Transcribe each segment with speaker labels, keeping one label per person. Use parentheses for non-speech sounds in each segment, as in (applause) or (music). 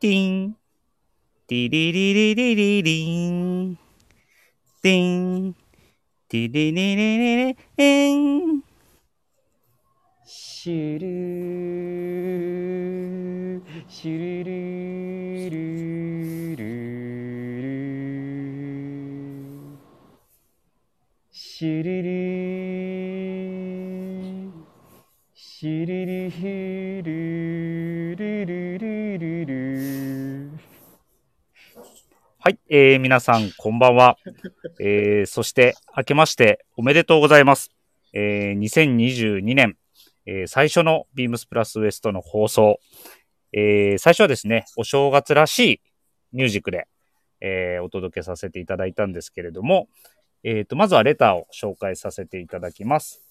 Speaker 1: ティン。ティリリリリリリン。ティン。ティリリリリリリン。
Speaker 2: シュルーシュルルルルルシュルルーシュルルルルルルルル
Speaker 1: はい、えー、皆さん、こんばんは。えー、そして、明けまして、おめでとうございます。えー、2022年、えー、最初のビームスプラスウエストの放送。えー、最初はですね、お正月らしいミュージックで、えー、お届けさせていただいたんですけれども、えー、と、まずはレターを紹介させていただきます。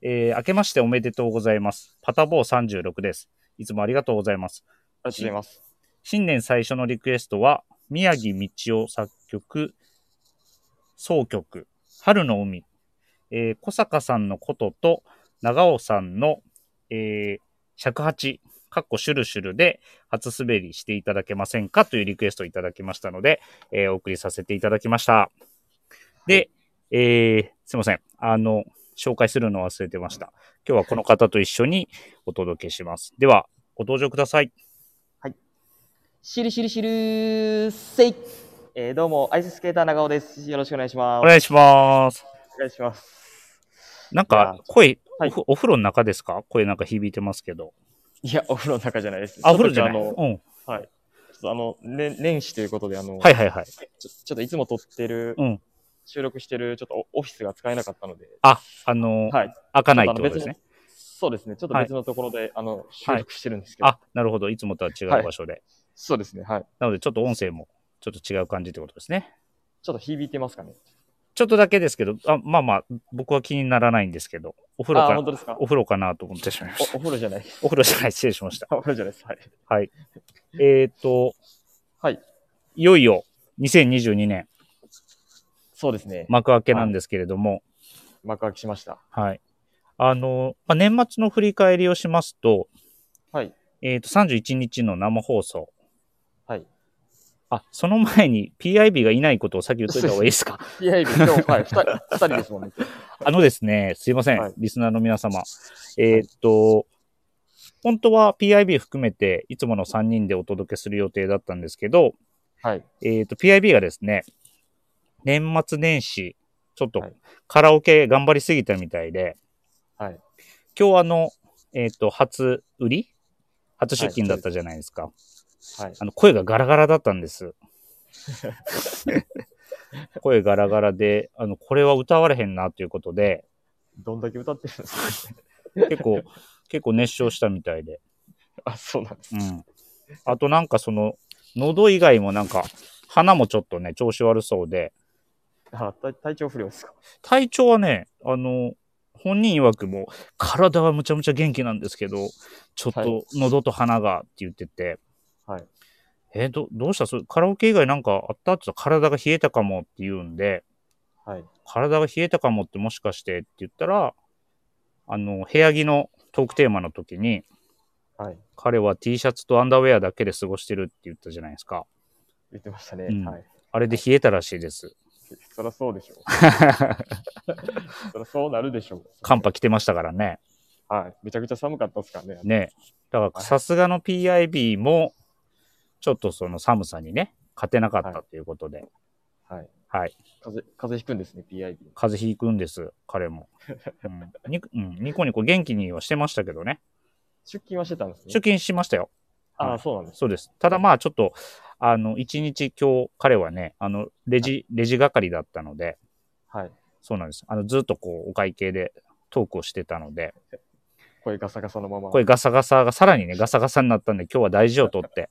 Speaker 1: えー、明けましておめでとうございます。パタボー36です。いつもありがとうございます。
Speaker 2: ありがとうございます。
Speaker 1: 新年最初のリクエストは、宮城道夫作曲、総曲、春の海、えー小坂さんのことと、長尾さんの、えー尺八、かっこシュルシュルで初滑りしていただけませんかというリクエストをいただきましたので、えーお送りさせていただきました。で、えーすいません。あの、紹介するの忘れてました。今日はこの方と一緒にお届けします。では、ご登場ください。
Speaker 2: シュルシュルシュルせいえー、どうも、アイススケーター長尾です。よろしくお願いします。
Speaker 1: お願いします。
Speaker 2: お願いします。
Speaker 1: なん
Speaker 2: いや
Speaker 1: か、声、
Speaker 2: は
Speaker 1: お
Speaker 2: い
Speaker 1: ふお風呂の中ですか声なんか響いてますけど。
Speaker 2: いや、お風呂の中じゃないです。
Speaker 1: あ、お風呂じゃない。
Speaker 2: ち
Speaker 1: う
Speaker 2: ょっと
Speaker 1: ん。
Speaker 2: あの、ちょっとあの、ね、年始ということで、あの、
Speaker 1: はいはいはい。
Speaker 2: ちょちょっといつも撮ってる、
Speaker 1: うん
Speaker 2: 収録してる、ちょっとオオフィスが使えなかったので、
Speaker 1: あ、あのー
Speaker 2: はい。
Speaker 1: 開かない
Speaker 2: ちょ
Speaker 1: っ
Speaker 2: ってとあ
Speaker 1: こ
Speaker 2: の
Speaker 1: とですね。
Speaker 2: そうですね。ちょっと
Speaker 1: はい
Speaker 2: 別のところで、あの、収録してるんですけど。
Speaker 1: あ、なるほど。いつもとは違う
Speaker 2: はい
Speaker 1: 場所で。
Speaker 2: そうですね。はい。
Speaker 1: なので、ちょっと音声もちょっと違う感じってことですね。
Speaker 2: ちょっと響いてますかね。
Speaker 1: ちょっとだけですけど、あまあまあ、僕は気にならないんですけど、お風呂
Speaker 2: あ、
Speaker 1: か
Speaker 2: 本、当ですかお
Speaker 1: お風呂かなと思ってしまいました。
Speaker 2: お風呂じゃない。
Speaker 1: お風呂じゃない、失礼しました。
Speaker 2: お風呂じゃないです。はい。
Speaker 1: えっ、と、
Speaker 2: はい。
Speaker 1: いよいよ2022年
Speaker 2: そうですね。
Speaker 1: 幕開けなんですけれども、
Speaker 2: 幕開けしました。
Speaker 1: はい。あの、まあ、年末の振り返りをしますと、
Speaker 2: はい。
Speaker 1: えっ、と、31日の生放送。
Speaker 2: はい。
Speaker 1: あ、その前に PIB がいないことを先言っといた方がいいですか
Speaker 2: いやいや、 (laughs) 今日、はい。二人、二人ですもんね。
Speaker 1: (laughs) あのですね、すいません、
Speaker 2: はい
Speaker 1: リスナーの皆様。えーっと、本当は PIB 含めていつもの3人でお届けする予定だったんですけど、
Speaker 2: はい。
Speaker 1: えーっと、PIB がですね、年末年始、ちょっと
Speaker 2: はい
Speaker 1: カラオケ頑張りすぎたみたいで、
Speaker 2: はい。
Speaker 1: 今日あの、えーっと、初売り初出勤だったじゃないですか。
Speaker 2: はい。
Speaker 1: あの声がガラガラだったん
Speaker 2: (laughs)
Speaker 1: です。声ガラガラで、あの、これは歌われへんなということで、
Speaker 2: どんだけ歌ってるんですか
Speaker 1: 結構、結構熱唱したみたいで。
Speaker 2: あ、そうなんです
Speaker 1: う。ん。あとなんかその、喉以外もなんか、鼻もちょっとね、調子悪そうで、
Speaker 2: あ、体体調不良ですか
Speaker 1: 体調はね、あの、本人曰くも、体はむちゃむちゃ元気なんですけど、ちょっ
Speaker 2: は
Speaker 1: と
Speaker 2: い
Speaker 1: 喉と鼻がって言ってて、
Speaker 2: はい。
Speaker 1: えど、どうしたそれカラオケ以外なんかあったって言ったら体が冷えたかもって言うんで、
Speaker 2: はい。
Speaker 1: 体が冷えたかもってもしかしてって言ったら、あの、部屋着のトークテーマの時に、
Speaker 2: はい。
Speaker 1: 彼は T シャツとアンダーウェアだけで過ごしてるって言ったじゃないですか。
Speaker 2: 言ってましたね。
Speaker 1: うん
Speaker 2: はい。
Speaker 1: あれで冷えたらしい
Speaker 2: (laughs)
Speaker 1: です。
Speaker 2: そりゃそうでしょう。そりゃそうなるでしょう。
Speaker 1: 寒波来てましたからね。
Speaker 2: はい。めちゃくちゃ寒かったですからね。
Speaker 1: ね。だから、さすがの PIB も、ちょっとその寒さにね、勝てなかったということで、
Speaker 2: はい。
Speaker 1: はい。
Speaker 2: 風邪、風邪ひくんですね、PIB。
Speaker 1: 風邪ひくんです、彼も。うんにうん、ニコニコ元気にはしてましたけどね。
Speaker 2: 出勤はしてたんですね。
Speaker 1: 出勤しましたよ。
Speaker 2: ああ、そうなんです。
Speaker 1: そうです。ただまあちょっと、あの、一日今日、彼はね、あの、レジ、レジ係だったので、
Speaker 2: はい。
Speaker 1: そうなんです。あの、ずっとこう、お会計でトークをしてたので、
Speaker 2: 声ガサガサのまま。
Speaker 1: これガサガサがさらにね、ガサガサになったんで、今日は大事をとって。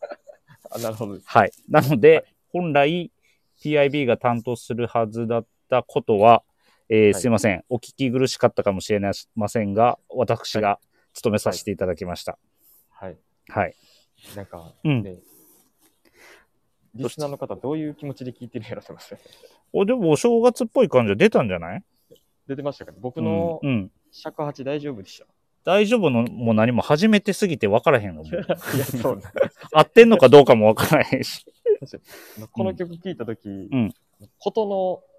Speaker 2: あなるほどです。
Speaker 1: はい。なので、本来、TIB が担当するはずだったことは、えー
Speaker 2: はい
Speaker 1: すいません。お聞き苦しかったかもしれなませんが、私が務めさせていただきました。
Speaker 2: はい。
Speaker 1: はい。
Speaker 2: なんか、
Speaker 1: うん
Speaker 2: ね、リスナーの方、どういう気持ちで聞いてるんやろと思いますね。
Speaker 1: お、でもお正月っぽい感じは出たんじゃない
Speaker 2: 出てましたかね。僕の
Speaker 1: うんうん。
Speaker 2: 尺八大丈夫でした。
Speaker 1: 大丈夫のも何も初めてすぎて分からへんわ。もう
Speaker 2: (laughs) いや、そうだ。
Speaker 1: 合ってんのかどうかも分からへんし。
Speaker 2: この曲聴いたとき、
Speaker 1: ん
Speaker 2: こと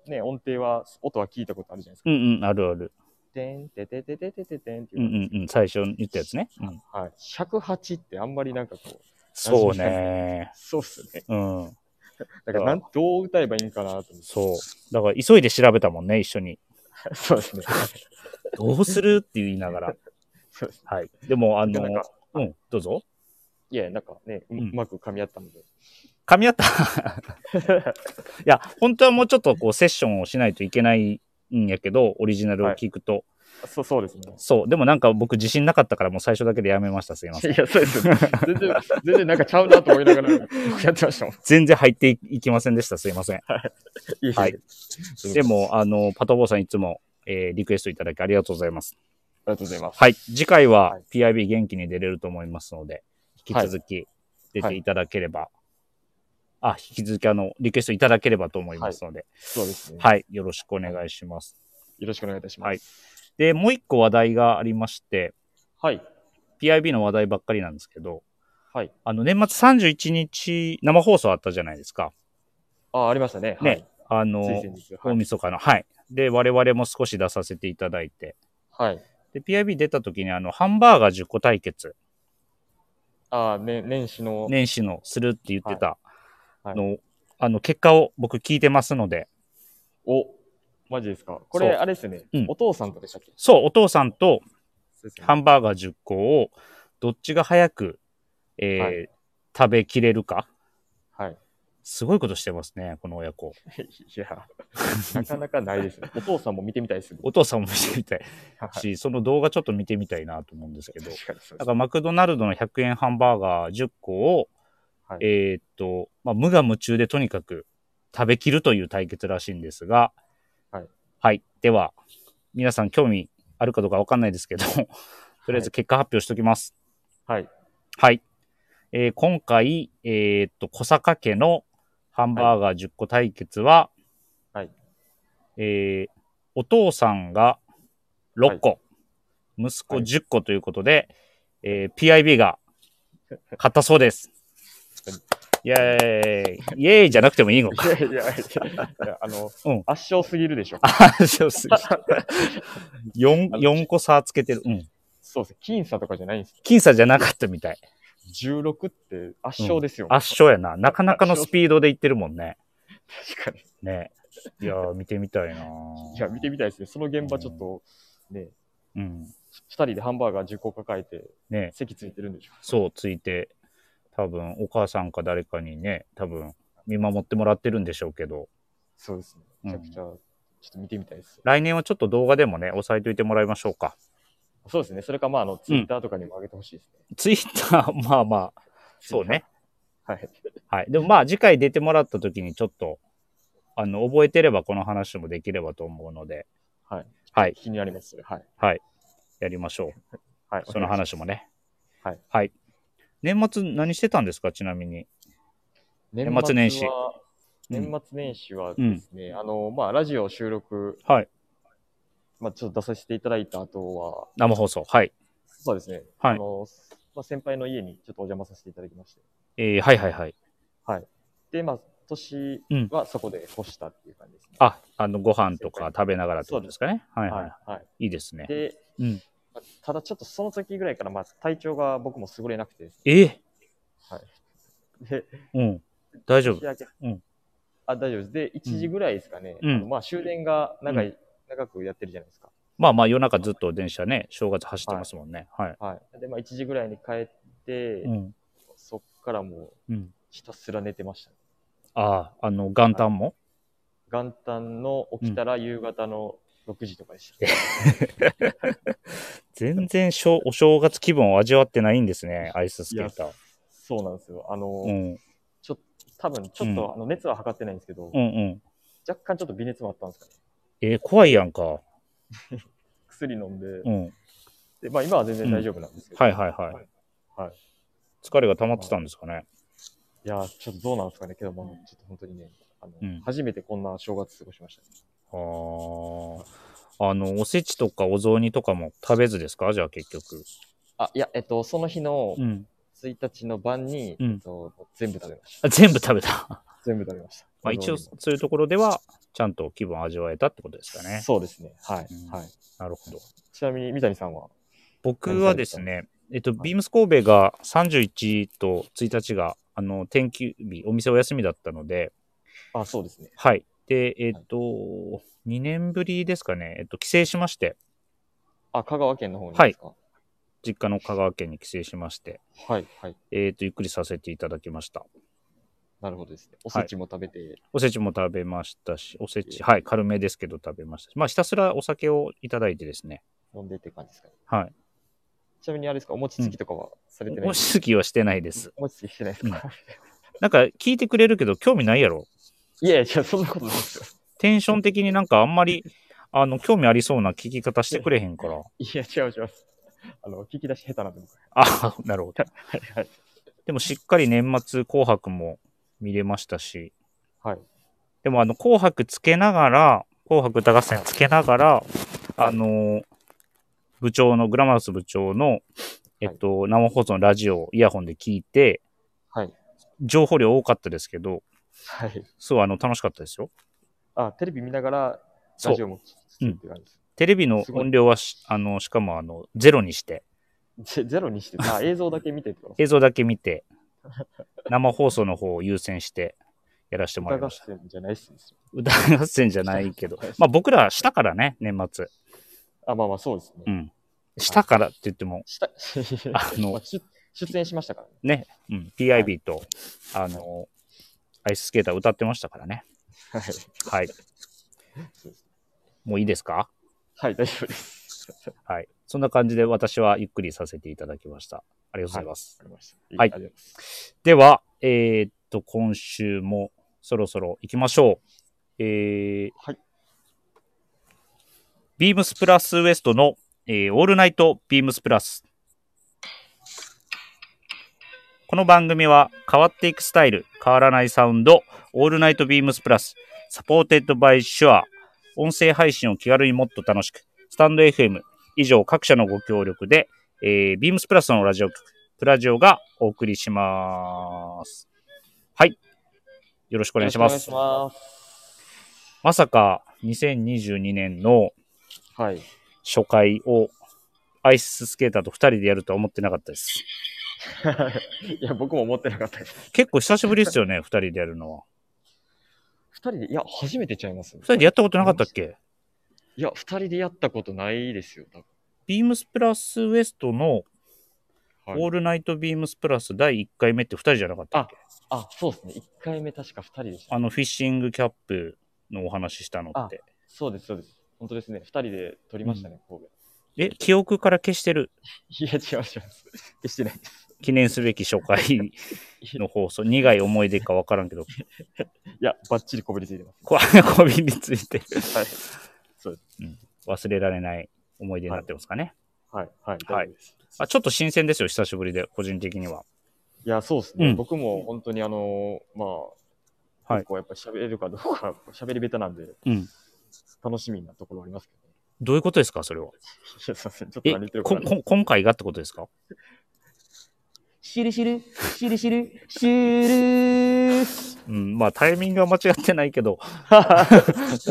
Speaker 2: の、ね、音程は、音は聞いたことあるじゃないです
Speaker 1: (laughs)
Speaker 2: か。
Speaker 1: うんうん、あるある。
Speaker 2: でんてててててててんって
Speaker 1: う
Speaker 2: い
Speaker 1: ん
Speaker 2: う、
Speaker 1: うんうん、最初に言ったやつね。うん、
Speaker 2: はい。108ってあんまりなんかこう、
Speaker 1: そうね。
Speaker 2: そうっす
Speaker 1: (laughs)
Speaker 2: ね。
Speaker 1: うん。
Speaker 2: だからなん、どう歌えばいいんかなと思って。 (laughs)
Speaker 1: そう。だから急いで調べたもんね、一緒に。
Speaker 2: そうで
Speaker 1: (laughs)
Speaker 2: すね。
Speaker 1: どうするって言いなが (laughs) ら。
Speaker 2: そうです
Speaker 1: はい。でも、あ
Speaker 2: ね。
Speaker 1: の、
Speaker 2: なんか、
Speaker 1: うん、どうぞ。
Speaker 2: いや、なんかね、う
Speaker 1: うん
Speaker 2: うまく噛み合ったので。
Speaker 1: 噛み合った (laughs) いや、本当はもうちょっとこうセッションをしないといけないんやけど、オリジナルを聞くと。
Speaker 2: そう、そうですね。
Speaker 1: そう。でもなんか僕自信なかったからもう最初だけでやめました。すい (laughs) ません。
Speaker 2: いや、そうですよね。全然、 (laughs) 全然なんかちゃうなと思いながら、僕やってましたもん。
Speaker 1: 全然入っていいきませんでした。すいません。
Speaker 2: いい
Speaker 1: はい
Speaker 2: すいません
Speaker 1: でも、あの、パトボーさんいつも、えーリクエストいただきありがとうございます。
Speaker 2: ありがとうございます。
Speaker 1: はい。次回は
Speaker 2: はい
Speaker 1: PIB 元気に出れると思いますので、引き続き出ていただければ、あ、引き続きあの、リクエストいただければと思いますので、
Speaker 2: そうですね。
Speaker 1: はい。よろしくお願いします。
Speaker 2: よろしくお願いいたします。
Speaker 1: で、もう一個話題がありまして、
Speaker 2: はい。
Speaker 1: PIB の話題ばっかりなんですけど、
Speaker 2: はい。
Speaker 1: あの、年末31日生放送あったじゃないですか。
Speaker 2: あ、ありましたね。
Speaker 1: ね。あの、
Speaker 2: はい、つい先日。は
Speaker 1: 大
Speaker 2: い。
Speaker 1: 晦日の、はい。で、我々も少し出させていただいて、
Speaker 2: はい、
Speaker 1: で、PIB 出た時に、あの、ハンバーガー10個対決、
Speaker 2: あ、ね、年始の、
Speaker 1: 年始のするって言ってた
Speaker 2: はい
Speaker 1: の、あの、結果を僕聞いてますので、
Speaker 2: お、マジですか。こ
Speaker 1: そ
Speaker 2: れ、
Speaker 1: う
Speaker 2: あれですね、
Speaker 1: うん
Speaker 2: お父さんとでしたっけ
Speaker 1: そう、お父さんと
Speaker 2: そうですね
Speaker 1: ハンバーガー10個を、どっちが早く、えー
Speaker 2: はい
Speaker 1: 食べきれるか。
Speaker 2: はい。
Speaker 1: すごいことしてますね、この親子。
Speaker 2: いや、 (laughs) なかなかない
Speaker 1: (laughs)
Speaker 2: ですね。お父さんも見てみたいですね。
Speaker 1: お父さんも見てみたい
Speaker 2: はい
Speaker 1: し、その動画ちょっと見てみたいなと思うんですけど。
Speaker 2: 確かにそう
Speaker 1: だ
Speaker 2: で
Speaker 1: からマクドナルドの100円ハンバーガー10個を、
Speaker 2: はい
Speaker 1: えーっと、まあ、無我夢中でとにかく食べきるという対決らしいんですが、
Speaker 2: はい。
Speaker 1: はい。では、皆さん興味あるかどうかわかんないですけど、とりあえず結果発表しておきます。
Speaker 2: す。はい。
Speaker 1: はい。えー今回、えーっと、小坂家のハンバーガー10個対決は、
Speaker 2: はい。
Speaker 1: えーお父さんが6個、息子
Speaker 2: はい
Speaker 1: 10個ということで、えー PIB が勝ったそうです。イェーイ。イェーイじゃなくてもいいの
Speaker 2: (laughs)
Speaker 1: か。
Speaker 2: いやいやいや、いやあの、
Speaker 1: うん
Speaker 2: 圧勝すぎるでしょ。
Speaker 1: あ、そうす。4、4個差つけてる。うん。
Speaker 2: そうですね。僅差とかじゃないんです。
Speaker 1: 僅差じゃなかったみたい。
Speaker 2: 16って圧勝ですよ。
Speaker 1: 圧勝やな。なかなかのスピードでいってるもんね。
Speaker 2: 確かに。
Speaker 1: ね。いや (laughs) ー、見てみたいない
Speaker 2: や、見てみたいですね。その現場ちょっと、ね、
Speaker 1: うん。
Speaker 2: 二人でハンバーガー10個抱えて、
Speaker 1: ね。
Speaker 2: 席ついてるんでしょ。
Speaker 1: そうついて、多分お母さんか誰かにね、多分見守ってもらってるんでしょうけど、
Speaker 2: そうですね。めちゃくちゃ、ちょっと見てみたいです。
Speaker 1: 来年はちょっと動画でもね、押さえといてもらいましょうか。
Speaker 2: そうですね。それか、まあ、あの、ツイッターとかにも上げてほしいですね。
Speaker 1: ツイッター、 (laughs) まあまあ、そうね。
Speaker 2: はい。
Speaker 1: はい。でもまあ次回出てもらった時にちょっと、あの、覚えてればこの話もできればと思うので、
Speaker 2: はい。
Speaker 1: はい。
Speaker 2: 気になります。それはい。
Speaker 1: やりましょう。
Speaker 2: はい。
Speaker 1: その話もね。
Speaker 2: はい。
Speaker 1: はい。年末何してたんですかちなみに。
Speaker 2: 年
Speaker 1: 末年始
Speaker 2: は。
Speaker 1: うん
Speaker 2: 年末年始はですね、あの、まあ、ラジオ収録、
Speaker 1: はい。
Speaker 2: まあ、ちょっと出させていただいた後は、
Speaker 1: 生放送。はい。
Speaker 2: そうですね。
Speaker 1: はい
Speaker 2: あの、まあ、先輩の家にちょっとお邪魔させていただきまして。
Speaker 1: えー、はいはいはい。
Speaker 2: で、まあ、年はそこで越したっていう感じですね。
Speaker 1: あ、あの、ご飯とか食べながらってことですかね。はい
Speaker 2: は。
Speaker 1: はい
Speaker 2: はい。
Speaker 1: い。いいですね。
Speaker 2: で、
Speaker 1: うん
Speaker 2: まあただちょっとその時ぐらいから、まあ、体調が僕も優れなくてです
Speaker 1: えー
Speaker 2: ね、で、
Speaker 1: うん。大丈夫
Speaker 2: 日。焼け、
Speaker 1: うん
Speaker 2: あ、大丈夫です。で、1時ぐらいですかね、
Speaker 1: うん
Speaker 2: あのまあ、終電が長い、長くやってるじゃないですか。
Speaker 1: まあまあ夜中ずっと電車ね、正月走ってますもんね。はい。
Speaker 2: はい。で、まあ、1時ぐらいに帰って、
Speaker 1: うん。
Speaker 2: そっからもう、
Speaker 1: うん。
Speaker 2: ひたすら寝てました、ね。
Speaker 1: ああ、あの、元旦も、
Speaker 2: 元旦の起きたら夕方の6時とかでした。
Speaker 1: 全然しょお正月気分を味わってないんですね、アイススケーター。
Speaker 2: そうなんですよ。あの、
Speaker 1: うん。
Speaker 2: 多分ちょっと、あの熱は測ってないんですけど、
Speaker 1: うんうん。
Speaker 2: 若干ちょっと微熱もあったんですかね。
Speaker 1: えー怖いやんか。
Speaker 2: 薬飲んで、
Speaker 1: うん。はい
Speaker 2: でまあ、今は全然大丈夫なんですけど、
Speaker 1: はい
Speaker 2: い、
Speaker 1: はい。
Speaker 2: はい
Speaker 1: 疲れが溜まってたんですかね。
Speaker 2: やー、ちょっとどうなんですかね、けど、まあ、ちょっと本当にね、あの
Speaker 1: うん
Speaker 2: 初めてこんな正月過ごしましたね、
Speaker 1: ああ。あの、おせちとかお雑煮とかも食べずですかじゃあ結局。
Speaker 2: あ、いや、えっと、その日の
Speaker 1: うん。
Speaker 2: 1日の晩に、
Speaker 1: うん
Speaker 2: えっと、全部食べまし
Speaker 1: あ全部食べ (laughs) た。
Speaker 2: た。全部食べました。
Speaker 1: まあ一応、
Speaker 2: お雑煮
Speaker 1: そういうところでは、ちゃんと気分を味わえたってことですか
Speaker 2: も
Speaker 1: ね。
Speaker 2: そうですね。はい、
Speaker 1: うん
Speaker 2: はい。
Speaker 1: なるほど。
Speaker 2: ちなみに、三谷さんは
Speaker 1: 僕はですね、えっと、ビームス神戸が31と1日が、あの、天休日、お店お休みだったので、
Speaker 2: あ、そうですね。
Speaker 1: はい。で、えっと、2年ぶりですかね、えっと、帰省しまして、
Speaker 2: あ、香川県の方にですかは
Speaker 1: 実家の香川県に帰省しまして、
Speaker 2: い、はい、
Speaker 1: えっと、ゆっくりさせていただきました。
Speaker 2: なるほどですね。おせちも食べて、
Speaker 1: おせちも食べましたし、おせち、はい、軽めですけど食べましたし、まあ、ひたすらお酒をいただいてですね、
Speaker 2: 飲んでって感じですかね。
Speaker 1: はい。
Speaker 2: ちなみに、あれですか、お餅つきとかはされてない、
Speaker 1: おし好きはしてないです。
Speaker 2: お餅つきしてないですか、
Speaker 1: なんか、聞いてくれるけど、興味ないやろ。
Speaker 2: (laughs) いやいや、そんなことないですよ。
Speaker 1: テンション的になんかあんま
Speaker 2: (laughs)
Speaker 1: り、あの、興味ありそうな聞き方してくれへんから。
Speaker 2: いや、違う違う。あの、聞き出し下手なんで、僕
Speaker 1: あ、なるほど。
Speaker 2: はいはい。
Speaker 1: でもしっかり年末紅白も見れましたし、
Speaker 2: はい。
Speaker 1: でもあの、紅白つけながら、紅白歌合戦つけながら、あのー部長の、グラマラス部長の、えっと、生放送のラジオをイヤホンで聞いて、
Speaker 2: はい。
Speaker 1: 情報量多かったですけど、
Speaker 2: はい。
Speaker 1: そう、あの、楽しかったですよ。
Speaker 2: あ、テレビ見ながら、
Speaker 1: そ
Speaker 2: ラジオ
Speaker 1: う。
Speaker 2: も聞きつつって感じです。
Speaker 1: テレビの
Speaker 2: すごい
Speaker 1: 音量はし、あの、しかもあの、ゼロにして、
Speaker 2: ゼゼロにして、あ、映像だけ見てっ
Speaker 1: (laughs)
Speaker 2: てこと
Speaker 1: 映像だけ見
Speaker 2: (laughs)
Speaker 1: て、生放送の方を優先して、やらせてもらい
Speaker 2: 疑
Speaker 1: ま
Speaker 2: っ
Speaker 1: した。
Speaker 2: てんじゃないっすね。
Speaker 1: 歌合戦じゃないけど、まあ僕らしたからね、年末。
Speaker 2: あ、まあまあ、そうですね。
Speaker 1: うん。したからって言っても、
Speaker 2: した、 (laughs)
Speaker 1: あの
Speaker 2: ま出出演しましたからね。
Speaker 1: ね、うん、PIB と、あの、アイススケーター歌ってましたからね。
Speaker 2: はい。
Speaker 1: はい。もういいですか
Speaker 2: はい、大丈夫です。わ
Speaker 1: はい。そんな感じで私はゆっくりさせていただきました。ありがとうございます。
Speaker 2: かりました。
Speaker 1: はい
Speaker 2: ありがとうございます。
Speaker 1: では、えーっと、今週もそろそろ行きましょう。えー
Speaker 2: はい
Speaker 1: ビームスプラスウエストの、えーオールナイトビームスプラス。この番組は変わっていくスタイル、変わらないサウンド、オールナイトビームスプラス、サポーテッドバイシュア、音声配信を気軽にもっと楽しく、スタンド FM 以上各社のご協力で、えービームスプラスのラジオ局、プラジオがお送りします。はい。よろしくお
Speaker 2: お
Speaker 1: 願いします。
Speaker 2: お願いし
Speaker 1: まさか2022年の
Speaker 2: ます。はい。
Speaker 1: 初回をアイススケーターと2人でやるとは思ってなかったです。
Speaker 2: い (laughs) や、僕も思ってなかったです。
Speaker 1: 結構久しぶりですよね、2人
Speaker 2: (laughs)
Speaker 1: でやるのは。
Speaker 2: 二人で、いや、初めてちゃいます。
Speaker 1: 2人でやったことなかったっけ
Speaker 2: いや、二人でやったことないですよ、多分。
Speaker 1: ビームスプラスウエストの
Speaker 2: はい
Speaker 1: オールナイトビームスプラス第1回目って2人じゃなかったっけ、
Speaker 2: あ、そうですね。一回目確か二人でした。
Speaker 1: あのフィッシングキャップのお話ししたのって。
Speaker 2: そうです、そうです。本当ですね。二人で撮りましたね、神戸。
Speaker 1: え、記憶から消してる
Speaker 2: いや、違う違う。決してないです。
Speaker 1: 記念すべき初回の放
Speaker 2: (laughs)
Speaker 1: 送。苦い思い出かわからんけど、
Speaker 2: いや、ばっちりこびりついてま
Speaker 1: こ (laughs) こびについて
Speaker 2: す。はい。
Speaker 1: 忘れられない思い出になってますかね。
Speaker 2: はい、はい、
Speaker 1: はい
Speaker 2: 大丈夫です。
Speaker 1: あちょっと新鮮ですよ、久しぶりで、個人的には。
Speaker 2: いや、そうですね。
Speaker 1: うん
Speaker 2: 僕も本当にあのーまあ、
Speaker 1: はい
Speaker 2: 結構やっぱ喋れるかどうか、喋り下手なんで、
Speaker 1: うん
Speaker 2: 楽しみなところありますけどね。
Speaker 1: どういうことですか、それは。
Speaker 2: いや、すいません。ちょっと
Speaker 1: え
Speaker 2: 何言って、るか
Speaker 1: こ、
Speaker 2: わかんない
Speaker 1: こ、今回がってことですか
Speaker 2: シルシル、シルシル、
Speaker 1: (laughs)
Speaker 2: シュル
Speaker 1: うん、まあタイミングは間違ってないけ
Speaker 2: (laughs)
Speaker 1: ど、タ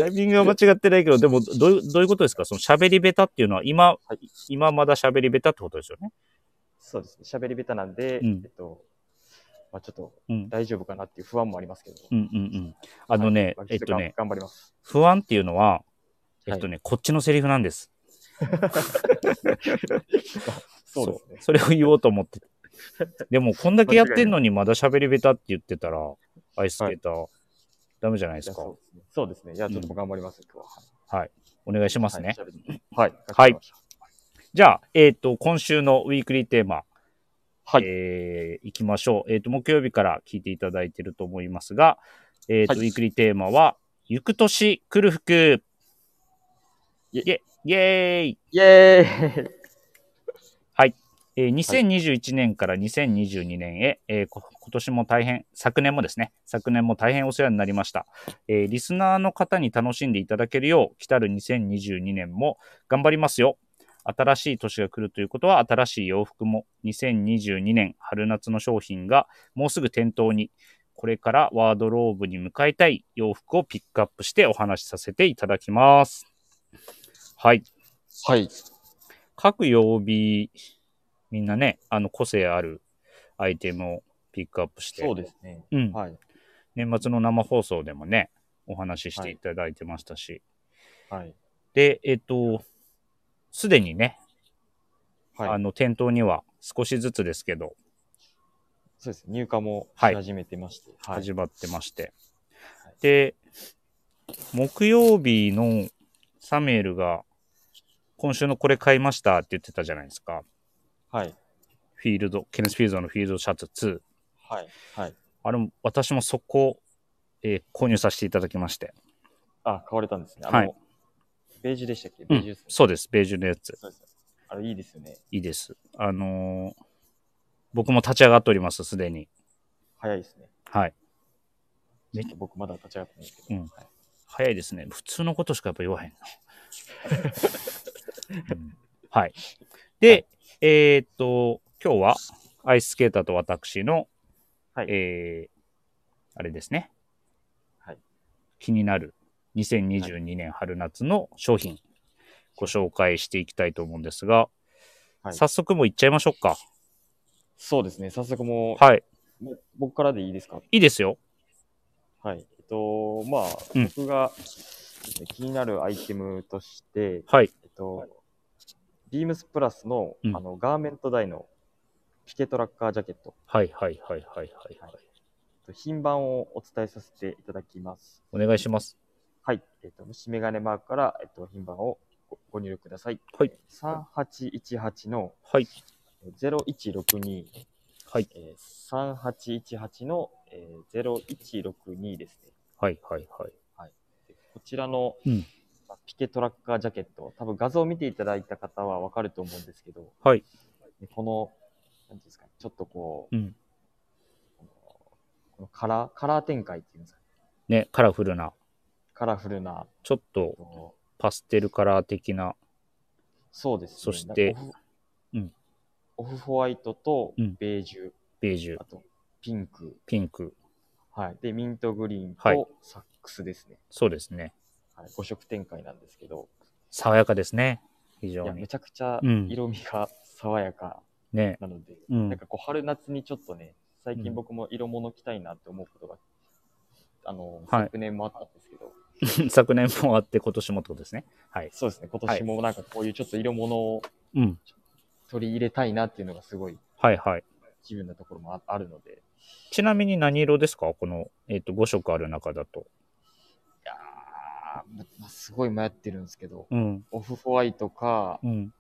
Speaker 1: イミングは間違ってないけど、でもどういう、どういうことですかその喋り下手っていうのは今、
Speaker 2: はい
Speaker 1: 今まだ喋り下手ってことですよね。
Speaker 2: そうですね。喋り下手なんで、
Speaker 1: うん
Speaker 2: えっと、まあ、ちょっと
Speaker 1: うん。
Speaker 2: 大丈夫かなっていう不安もありますけど。
Speaker 1: うんうんうん。あのね、
Speaker 2: はい
Speaker 1: えっとね、
Speaker 2: 頑張ります。
Speaker 1: 不安っていうのは、えっとね、こっちのセリフなんです。
Speaker 2: そうですね。
Speaker 1: それを言おうと思って。でも、こんだけやってんのにまだ喋り下手って言ってたら、アイススケーター、ダメじゃないで
Speaker 2: い
Speaker 1: す
Speaker 2: や
Speaker 1: か。
Speaker 2: そうですね。そうですね。いや、ちょっと頑張ります、今日は。
Speaker 1: お願いし
Speaker 2: ま
Speaker 1: ますね。。
Speaker 2: は
Speaker 1: はい
Speaker 2: い。わかりました
Speaker 1: じゃあ、えっ、と、今週のウィークリーテーマ、
Speaker 2: はい。
Speaker 1: えー、いきましょう。えっ、と、木曜日から聞いていただいてると思いますが、えっ、と、
Speaker 2: はい
Speaker 1: ウィークリーテーマは、行く年来る服。イ
Speaker 2: イ
Speaker 1: ェイェーイ
Speaker 2: イェーイ
Speaker 1: はい。えー2021年から2022年へ、えーこ今年も大変、昨年もですね、昨年も大変お世話になりました。えーリスナーの方に楽しんでいただけるよう、来たる2022年も頑張りますよ。新しい年が来るということは、新しい洋服も2022年春夏の商品がもうすぐ店頭に、これからワードローブに向かいたい洋服をピックアップしてお話しさせていただきます。はい。
Speaker 2: はい。
Speaker 1: 各曜日、みんなね、あの個性あるアイテムをピックアップして、
Speaker 2: そうですね。
Speaker 1: うん
Speaker 2: はい。
Speaker 1: 年末の生放送でもね、お話ししていただいてましたし、
Speaker 2: はい。
Speaker 1: で、えっと、すでにね、あ
Speaker 2: はい。
Speaker 1: の店頭には少しずつですけど、
Speaker 2: そうです。入荷もし
Speaker 1: はい
Speaker 2: 始めてまして。はい。
Speaker 1: 始まってまして、
Speaker 2: い
Speaker 1: で、木曜日のサミュエルが、今週のこれ買いましたって言ってたじゃないですか。
Speaker 2: はい。
Speaker 1: フィールド、ケネスフィールドのフィールドシャツ2。
Speaker 2: はい。はい。
Speaker 1: あれも、私もそこ、えー購入させていただきまして。
Speaker 2: あ、買われたんですね。あ
Speaker 1: はい
Speaker 2: の、ベージュでしたっけ
Speaker 1: う
Speaker 2: ベージュ
Speaker 1: ん
Speaker 2: です、ね
Speaker 1: そうです。ベージュのやつ。
Speaker 2: そうです。あれ、いいですよね。
Speaker 1: いいです。あのー僕も立ち上がっております、すでに。
Speaker 2: 早いですね。
Speaker 1: はい。
Speaker 2: ちょっと僕まだ立ち上がってないですけど。
Speaker 1: うん早いですね。普通のことしかやっぱ言わへんな。うんはい。で、えーっと、今日は、アイススケーターと私の、
Speaker 2: はい
Speaker 1: えーあれですね。
Speaker 2: はい
Speaker 1: 気になる2022年春夏の商品、ご紹介していきたいと思うんですが、
Speaker 2: はい
Speaker 1: 早速もういっちゃいましょうか。
Speaker 2: そうですね。早速も
Speaker 1: はい。
Speaker 2: う、もう僕からでいいですか
Speaker 1: いいですよ。
Speaker 2: はい。えっと、まあ、
Speaker 1: うん
Speaker 2: 僕がですね気になるアイテムとして、
Speaker 1: はい。
Speaker 2: えっと、ビームスプラスの、
Speaker 1: うん
Speaker 2: あの、ガーメントダイのピケトラッカージャケット、
Speaker 1: はいはいはいはいはい、はい。
Speaker 2: 品番をお伝えさせていただきます。
Speaker 1: お願いします。
Speaker 2: はい。えっと、虫眼鏡マークから、えっと、品番をごご入力ください。
Speaker 1: はい。
Speaker 2: 3818の
Speaker 1: はい。
Speaker 2: 0162、
Speaker 1: はい。
Speaker 2: えー、3818の、えー、0162ですね。
Speaker 1: はいはいはい。
Speaker 2: でこちらの、
Speaker 1: うん
Speaker 2: まあピケトラッカージャケット、多分画像を見ていただいた方はわかると思うんですけど、
Speaker 1: はい
Speaker 2: でこの、なんていうんですかね、ちょっとこう、
Speaker 1: うん
Speaker 2: このこのカラー、カラー展開っていうんですかね、
Speaker 1: ね、カラフルな、
Speaker 2: カラフルな、
Speaker 1: ちょっと
Speaker 2: こう
Speaker 1: パステルカラー的な。
Speaker 2: そうですね。
Speaker 1: そして
Speaker 2: なんかオ
Speaker 1: う
Speaker 2: フ,、
Speaker 1: ん
Speaker 2: オフホワイトと
Speaker 1: うん
Speaker 2: ベージュ、
Speaker 1: ベージュ
Speaker 2: あ、とピンク、
Speaker 1: ピンク。
Speaker 2: はい、でミントグリーン
Speaker 1: はい
Speaker 2: とサックスですね。
Speaker 1: そうですね。
Speaker 2: はい、5色展開なんですけど、
Speaker 1: 爽やかですね。非
Speaker 2: い
Speaker 1: 常
Speaker 2: やめ
Speaker 1: に。
Speaker 2: ちゃくちゃ
Speaker 1: うん
Speaker 2: 色味が爽やか
Speaker 1: ね。
Speaker 2: なので、
Speaker 1: うん
Speaker 2: なん。かこう春夏にちょっとね、最
Speaker 1: う
Speaker 2: 近
Speaker 1: ん
Speaker 2: 僕も色物着たいなって思うことが、あの、
Speaker 1: はい
Speaker 2: 昨年もあったんですけど、
Speaker 1: 昨年もあって今年もってことですね。はい。
Speaker 2: そうですね、今年もなんかこういうちょっと色物を
Speaker 1: うん。
Speaker 2: 取り入れたいなっていうのがすごい
Speaker 1: はいはい。
Speaker 2: 自分のところもああるので、い
Speaker 1: ちなみに何色ですかこの、えっ、と、5色ある中だと。
Speaker 2: やー、ますごい迷ってるんですけど、
Speaker 1: うん。
Speaker 2: オフホワイトか、
Speaker 1: うん。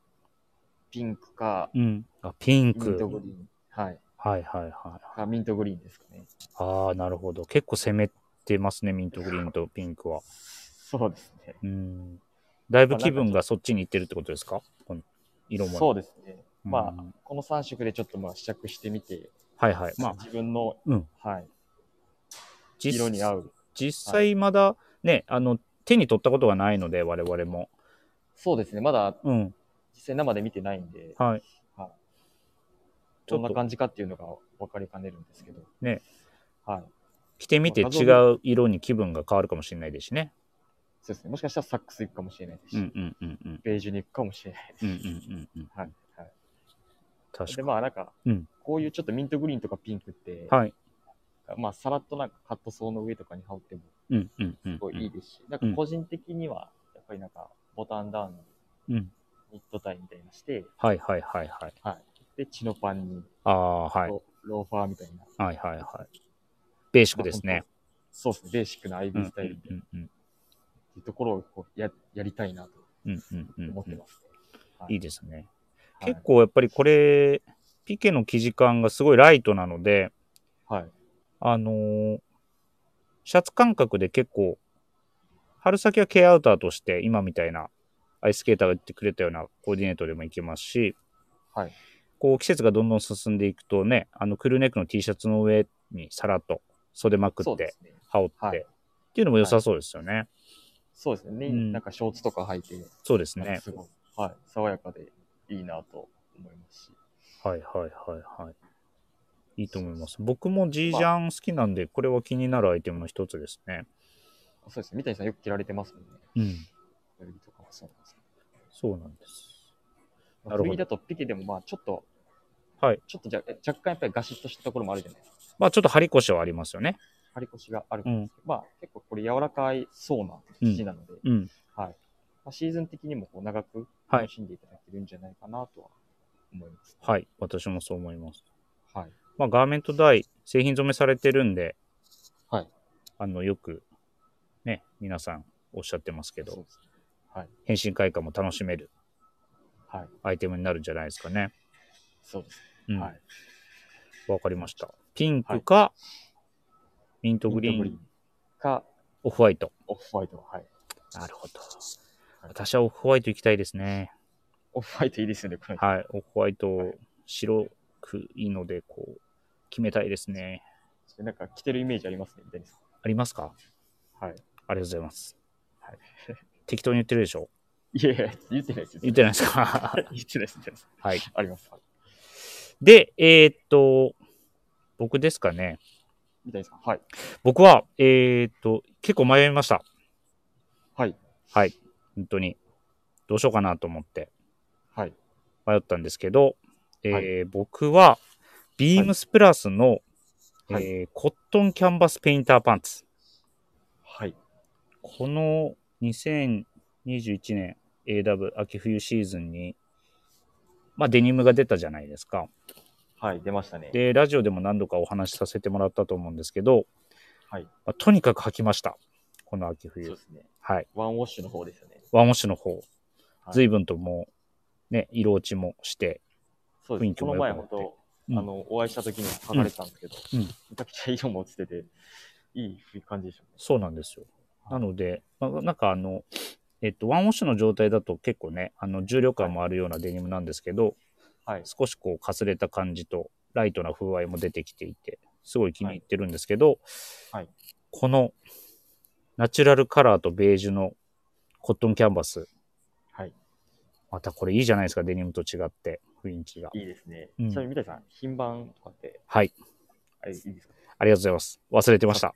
Speaker 2: ピンクか、
Speaker 1: うん。あ、ピン
Speaker 2: ミント
Speaker 1: ク。
Speaker 2: グリーン、はい、
Speaker 1: はいはいはい。
Speaker 2: かミントグリーンですかね。
Speaker 1: ああ、なるほど。結構攻めてますね。ミントグリーンとピンクは。
Speaker 2: そうですね。
Speaker 1: うん。だいぶ気分がそっちに行ってるってことですかこの色も。
Speaker 2: そう
Speaker 1: う
Speaker 2: ですね。ま
Speaker 1: ん
Speaker 2: あ、この3色でちょっとまあ試着してみて、
Speaker 1: はいはい。まあ、
Speaker 2: 自分の、
Speaker 1: うん
Speaker 2: はい、
Speaker 1: 実
Speaker 2: 色に合う。
Speaker 1: 実際まだね、あの、手に取ったことがないので、我々も。
Speaker 2: そうですね、まだ
Speaker 1: うん。
Speaker 2: 実際生で見てないんで、
Speaker 1: はい。ち
Speaker 2: ど
Speaker 1: ょ
Speaker 2: ん
Speaker 1: っ
Speaker 2: な
Speaker 1: と
Speaker 2: 感じかっていうのが分かりかねるんですけど。
Speaker 1: ね。
Speaker 2: はい。
Speaker 1: 着てみて
Speaker 2: 画像
Speaker 1: 違う色に気分が変わるかもしれないですしね。
Speaker 2: そうですね。もしかしたらサックス行くかもしれないですし、
Speaker 1: うんうんうんうん。
Speaker 2: ベージュに行くかもしれないです
Speaker 1: う
Speaker 2: し。
Speaker 1: んうんうんうん。
Speaker 2: はい。はい。
Speaker 1: 確か
Speaker 2: で、まあなんか、
Speaker 1: うん
Speaker 2: こういうちょっとミントグリーンとかピンクって、
Speaker 1: に。はい。
Speaker 2: まあさらっとなんかカットソーの上とかに羽織っても
Speaker 1: うんうんうん
Speaker 2: すご
Speaker 1: う
Speaker 2: いいい
Speaker 1: ん。
Speaker 2: ですし、なんか個人的には、やっぱりなんかボタンダウン、
Speaker 1: うん。
Speaker 2: ニットタイみたいなのして、
Speaker 1: はいはいはいはい。
Speaker 2: はい。で、チノパンに、
Speaker 1: ああ、はい。
Speaker 2: ロローファーみたいな。
Speaker 1: はいはいはい。ベーシックです
Speaker 2: まあ
Speaker 1: ね。。
Speaker 2: 本当そうですね。ベーシックなアイビ
Speaker 1: うん
Speaker 2: ー
Speaker 1: うん
Speaker 2: スタイルって
Speaker 1: うんうん
Speaker 2: いうところをこうややりたいなと
Speaker 1: うんうんうん
Speaker 2: 思っ
Speaker 1: う
Speaker 2: て
Speaker 1: ん。
Speaker 2: ます、
Speaker 1: いいですね。
Speaker 2: はい
Speaker 1: 結構やっぱりこれ、ピケの生地感がすごいライトなので、
Speaker 2: はい。
Speaker 1: あのーシャツ感覚で結構、春先は K アウターとして、今みたいなアイススケーターが言ってくれたようなコーディネートでもいけますし、
Speaker 2: はい
Speaker 1: こう季節がどんどん進んでいくとね、あのクルーネックの T シャツの上にさらっと袖まく
Speaker 2: そ
Speaker 1: っ
Speaker 2: うで
Speaker 1: て、
Speaker 2: すね。
Speaker 1: 羽織って、
Speaker 2: はい
Speaker 1: っていうのも良さそうですよね。
Speaker 2: そうですね。
Speaker 1: うん
Speaker 2: なんかショーツとか履いて、
Speaker 1: そうです
Speaker 2: なん
Speaker 1: ね
Speaker 2: か。すごい、はい、爽やかでいいなと思いますし。
Speaker 1: はいはいはいはい。いいと思います。僕も G ジャン好きなんで、これは気になるアイテムの一つですね。
Speaker 2: そうですね。三谷さんよく着られてますもんね。
Speaker 1: うん。
Speaker 2: 古着とかはそうなんですけ
Speaker 1: そうなんです。
Speaker 2: ど。
Speaker 1: なるほど
Speaker 2: 古着だとピケでもまあちょっと、
Speaker 1: はい。
Speaker 2: ちょっとじゃ若干やっぱりガシッとしたところもあるじゃないですか。
Speaker 1: まあちょっと張り腰はありますよね。
Speaker 2: 張り腰があるんですけど、まあ結構これ柔らかいそうな生地なので、
Speaker 1: うん。
Speaker 2: はい。まあ、シーズン的にもこう長く
Speaker 1: はい
Speaker 2: 楽しんでいただけるんじゃないかなとは思います。
Speaker 1: はい。私もそう思います。
Speaker 2: はい。
Speaker 1: まあガーメント代、製品染めされてるんで、
Speaker 2: はい。
Speaker 1: あの、よく、ね、皆さんおっしゃってますけ
Speaker 2: そう
Speaker 1: ど、
Speaker 2: ですね。はい。
Speaker 1: 変身開花も楽しめる
Speaker 2: はい。
Speaker 1: アイテムになるんじゃないですかね。
Speaker 2: そうです
Speaker 1: う
Speaker 2: ね。
Speaker 1: ん。
Speaker 2: は
Speaker 1: わ、
Speaker 2: い。
Speaker 1: かりました。ピンクか、ミントグリーン、
Speaker 2: か、
Speaker 1: オフホワイト。
Speaker 2: オフホワイ
Speaker 1: (laughs)
Speaker 2: ト。はい。
Speaker 1: なるほど。
Speaker 2: い
Speaker 1: 私はオフホワイト行きたいですね。
Speaker 2: オフホワイトいいですよね、これ。
Speaker 1: はい、オフホワイト、白くいいので、こう、決めたいですね。
Speaker 2: なんか着てるイメージありますね、みたいな。
Speaker 1: ありますかあ
Speaker 2: はい。
Speaker 1: りがとうございます。
Speaker 2: はい
Speaker 1: 適当に言ってるでしょ
Speaker 2: いやいや、言ってないです。
Speaker 1: (laughs) 言ってないですか
Speaker 2: 言ってないです。言ってないです。
Speaker 1: はい。
Speaker 2: あります。はい
Speaker 1: で、えーっと、僕ですかね。
Speaker 2: みたいな。はい。
Speaker 1: 僕は、えーっと、結構迷いました。
Speaker 2: はい。
Speaker 1: はい。本当に。どうしようかなと思って
Speaker 2: はい。
Speaker 1: 迷ったんですけど、えー
Speaker 2: は
Speaker 1: 僕は、ビームスプラスの、
Speaker 2: はい
Speaker 1: えーコットンキャンバスペインターパンツ。
Speaker 2: はい。
Speaker 1: この2021年 AW 秋冬シーズンに、まあ、デニムが出たじゃないですか。
Speaker 2: はい。出ましたね。
Speaker 1: で、ラジオでも何度かお話しさせてもらったと思うんですけど、
Speaker 2: はい。
Speaker 1: まあ、とにかく履きました。この秋
Speaker 2: そう
Speaker 1: 冬
Speaker 2: で。すね。
Speaker 1: はい。
Speaker 2: ワンウォッシュの方ですよね。
Speaker 1: ワンウォッシュの方、
Speaker 2: はい
Speaker 1: 随分ともう、ね、色落ちもして、
Speaker 2: そうで
Speaker 1: 雰
Speaker 2: す
Speaker 1: 囲
Speaker 2: ね。
Speaker 1: 気
Speaker 2: こ
Speaker 1: も
Speaker 2: の
Speaker 1: 良くな
Speaker 2: 前、
Speaker 1: って
Speaker 2: 本当、
Speaker 1: うん
Speaker 2: あの、お会いした時に書かれてたんですけど、
Speaker 1: うんうん
Speaker 2: めちゃくちゃ色も落ちてて、いい感じでしょうね。
Speaker 1: そうなんですよ。なので、まあ、なんかあの、えっと、ワンウォッシュの状態だと結構ね、あの重量感もあるようなデニムなんですけど、
Speaker 2: はい。
Speaker 1: 少しこうかすれた感じとライトな風合いも出てきていてすごい気に入ってるんですけど、
Speaker 2: はい
Speaker 1: このナチュラルカラーとベージュのコットンキャンバス
Speaker 2: はい。
Speaker 1: またこれいいじゃないですかデニムと違って雰囲気が
Speaker 2: いいですね。
Speaker 1: うん
Speaker 2: ちなみに、三谷さん、品番とかって、
Speaker 1: はい
Speaker 2: あれ、いいですか (laughs)
Speaker 1: ありがとうございます忘れてましたあ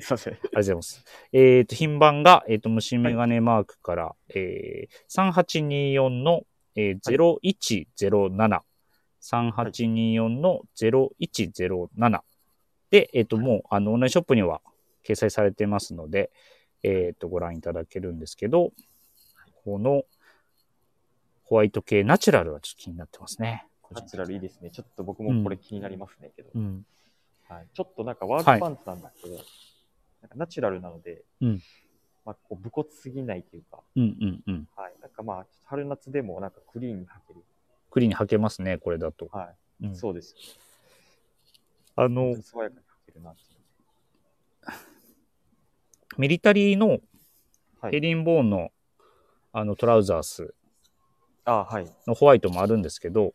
Speaker 2: すいません。
Speaker 1: りがとうございますえっ、と品番が、えっと虫眼鏡マークから、えー3824の、えー、0107、3824の0107で、えっ、と、もう、あの、オンラインショップには掲載されてますので、えっ、と、ご覧いただけるんですけど、このホワイト系ナチュラルはちょっと気になってますね。
Speaker 2: ナチュラルいいですね。ちょっと僕もこれ気になりますね、けど、
Speaker 1: うん。
Speaker 2: はい。ちょっとなんかワークパンツなんだけど、なんかナチュラルなので、
Speaker 1: うん
Speaker 2: まあ、こう、武骨すぎないというか、
Speaker 1: うんうんうん。
Speaker 2: はい。なんかまあ、春夏でもなんかクリーンに履ける。
Speaker 1: クリーンに履けますね、これだと。
Speaker 2: は
Speaker 1: う
Speaker 2: い。
Speaker 1: ん、
Speaker 2: そうですよ。
Speaker 1: あ
Speaker 2: 本
Speaker 1: の
Speaker 2: 当、に爽やかに履けるなっていう。
Speaker 1: ミリタリーの
Speaker 2: は
Speaker 1: ヘ
Speaker 2: い。
Speaker 1: リンボーンの、あの、トラウザース
Speaker 2: あ、はい。
Speaker 1: のホワイトもあるんですけど、